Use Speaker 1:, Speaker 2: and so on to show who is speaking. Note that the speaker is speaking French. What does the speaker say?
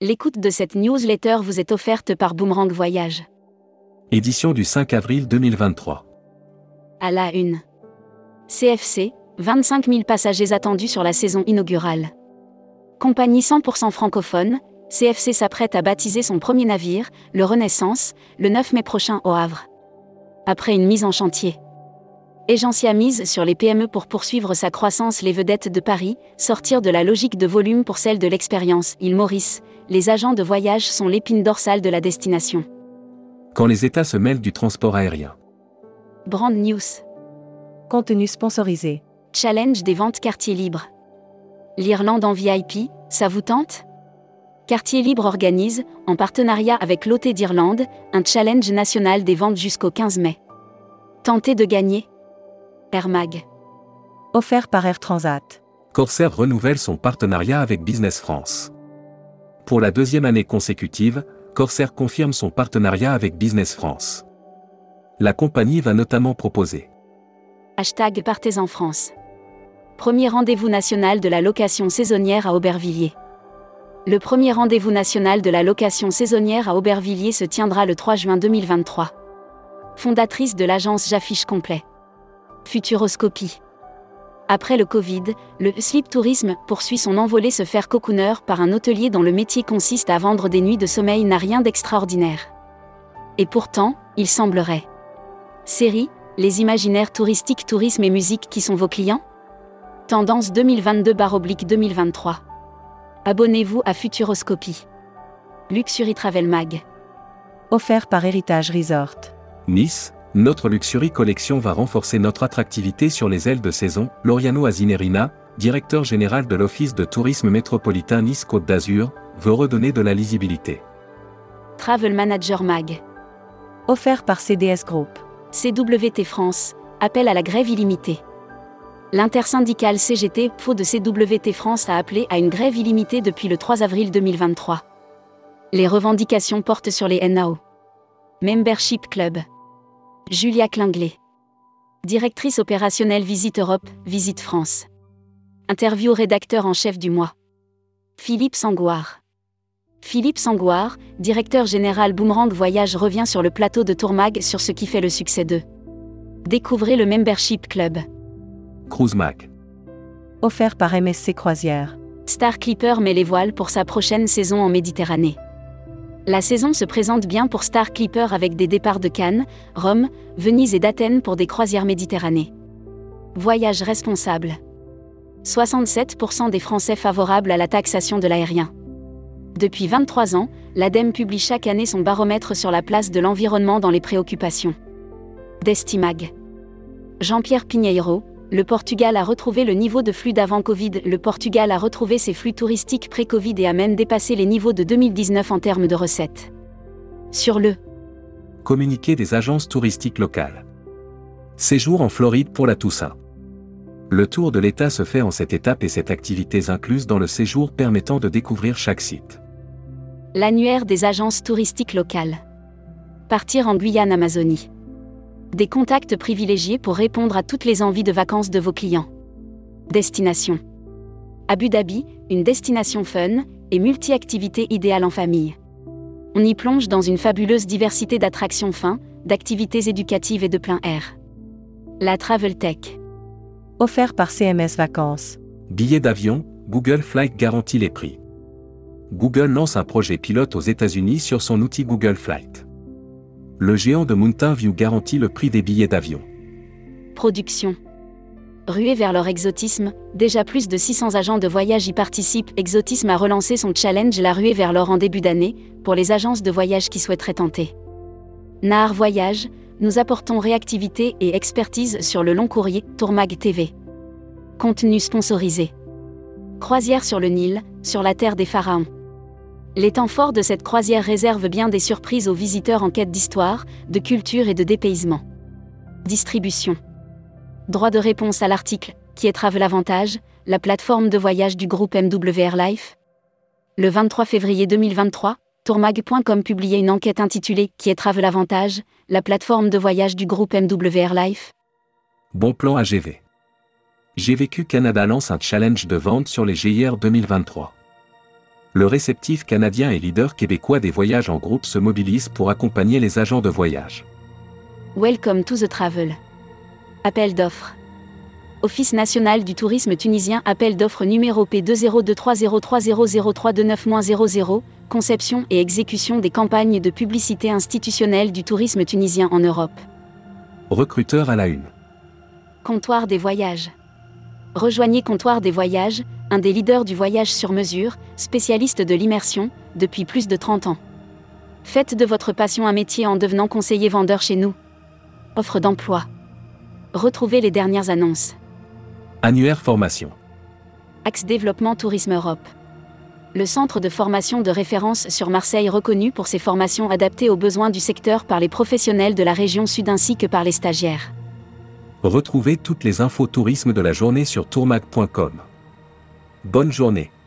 Speaker 1: L'écoute de cette newsletter vous est offerte par Boomerang Voyage.
Speaker 2: Édition du 5 avril 2023.
Speaker 1: À la une. CFC, 25 000 passagers attendus sur la saison inaugurale. Compagnie 100% francophone, CFC s'apprête à baptiser son premier navire, le Renaissance, le 9 mai prochain au Havre. Après une mise en chantier. Agencia mise sur les PME pour poursuivre sa croissance les vedettes de Paris, sortir de la logique de volume pour celle de l'expérience. Île Maurice, les agents de voyage sont l'épine dorsale de la destination.
Speaker 2: Quand les États se mêlent du transport aérien.
Speaker 1: Brand News.
Speaker 3: Contenu sponsorisé.
Speaker 1: Challenge des ventes quartier libre. L'Irlande en VIP, ça vous tente Quartier libre organise, en partenariat avec l'OT d'Irlande, un challenge national des ventes jusqu'au 15 mai. Tentez de gagner. Air Mag.
Speaker 3: Offert par Air Transat.
Speaker 2: Corsair renouvelle son partenariat avec Business France. Pour la deuxième année consécutive, Corsair confirme son partenariat avec Business France. La compagnie va notamment proposer
Speaker 1: Hashtag Partez en France. Premier rendez-vous national de la location saisonnière à Aubervilliers. Le premier rendez-vous national de la location saisonnière à Aubervilliers se tiendra le 3 juin 2023. Fondatrice de l'agence J'affiche complet. Futuroscopie. Après le Covid, le slip tourisme poursuit son envolée se faire cocooner par un hôtelier dont le métier consiste à vendre des nuits de sommeil n'a rien d'extraordinaire. Et pourtant, il semblerait. Série, les imaginaires touristiques, tourisme et musique qui sont vos clients Tendance 2022-2023. Abonnez-vous à Futuroscopie. Luxury Travel Mag.
Speaker 3: Offert par Héritage Resort.
Speaker 2: Nice. Notre Luxury Collection va renforcer notre attractivité sur les ailes de saison. Loriano Azinerina, directeur général de l'Office de tourisme métropolitain Nice-Côte d'Azur, veut redonner de la lisibilité.
Speaker 1: Travel Manager Mag.
Speaker 3: Offert par CDS Group.
Speaker 1: CWT France, appel à la grève illimitée. L'intersyndicale CGT, faux de CWT France, a appelé à une grève illimitée depuis le 3 avril 2023. Les revendications portent sur les NAO. Membership Club. Julia Klingley. Directrice opérationnelle Visite Europe, Visite France. Interview au rédacteur en chef du mois. Philippe Sangouard. Philippe Sangouard, directeur général Boomerang Voyage, revient sur le plateau de Tourmag sur ce qui fait le succès de. Découvrez le Membership Club.
Speaker 2: Cruise Mac.
Speaker 3: Offert par MSC Croisière.
Speaker 1: Star Clipper met les voiles pour sa prochaine saison en Méditerranée. La saison se présente bien pour Star Clipper avec des départs de Cannes, Rome, Venise et d'Athènes pour des croisières méditerranées. Voyage responsable. 67% des Français favorables à la taxation de l'aérien. Depuis 23 ans, l'ADEME publie chaque année son baromètre sur la place de l'environnement dans les préoccupations. Destimag. Jean-Pierre Pinheiro, le Portugal a retrouvé le niveau de flux d'avant Covid. Le Portugal a retrouvé ses flux touristiques pré-Covid et a même dépassé les niveaux de 2019 en termes de recettes. Sur le
Speaker 2: Communiqué des agences touristiques locales. Séjour en Floride pour la Toussaint. Le tour de l'État se fait en cette étape et cette activité est incluse dans le séjour permettant de découvrir chaque site.
Speaker 1: L'annuaire des agences touristiques locales. Partir en Guyane Amazonie. Des contacts privilégiés pour répondre à toutes les envies de vacances de vos clients. Destination. Abu Dhabi, une destination fun et multi-activités idéale en famille. On y plonge dans une fabuleuse diversité d'attractions fin, d'activités éducatives et de plein air. La Travel Tech.
Speaker 3: Offert par CMS Vacances.
Speaker 2: Billets d'avion, Google Flight garantit les prix. Google lance un projet pilote aux États-Unis sur son outil Google Flight. Le géant de Mountain View garantit le prix des billets d'avion.
Speaker 1: Production. Rués vers leur exotisme, déjà plus de 600 agents de voyage y participent. Exotisme a relancé son challenge La ruée vers l'or en début d'année, pour les agences de voyage qui souhaiteraient tenter. Nahar Voyage, nous apportons réactivité et expertise sur le long courrier, Tourmag TV. Contenu sponsorisé. Croisière sur le Nil, sur la terre des pharaons. Les temps forts de cette croisière réservent bien des surprises aux visiteurs en quête d'histoire, de culture et de dépaysement. Distribution. Droit de réponse à l'article Qui étrave l'avantage La plateforme de voyage du groupe MWR Life. Le 23 février 2023, tourmag.com publiait une enquête intitulée Qui étrave l'avantage La plateforme de voyage du groupe MWR Life.
Speaker 2: Bon plan AGV. GVQ Canada lance un challenge de vente sur les GIR 2023. le réceptif canadien et leader québécois des voyages en groupe se mobilise pour accompagner les agents de voyage.
Speaker 1: Welcome to the Travel. Appel d'offres. Office national du tourisme tunisien, appel d'offres numéro P20230300329-00, conception et exécution des campagnes de publicité institutionnelle du tourisme tunisien en Europe.
Speaker 2: Recruteur à la une.
Speaker 1: Comptoir des voyages. Rejoignez Comptoir des voyages, un des leaders du voyage sur mesure, spécialiste de l'immersion, depuis plus de 30 ans. Faites de votre passion un métier en devenant conseiller vendeur chez nous. Offre d'emploi. Retrouvez les dernières annonces.
Speaker 2: Annuaire formation.
Speaker 1: Axe Développement Tourisme Europe. Le centre de formation de référence sur Marseille reconnu pour ses formations adaptées aux besoins du secteur par les professionnels de la région sud ainsi que par les stagiaires.
Speaker 2: Retrouvez toutes les infos tourisme de la journée sur tourmag.com. Bonne journée.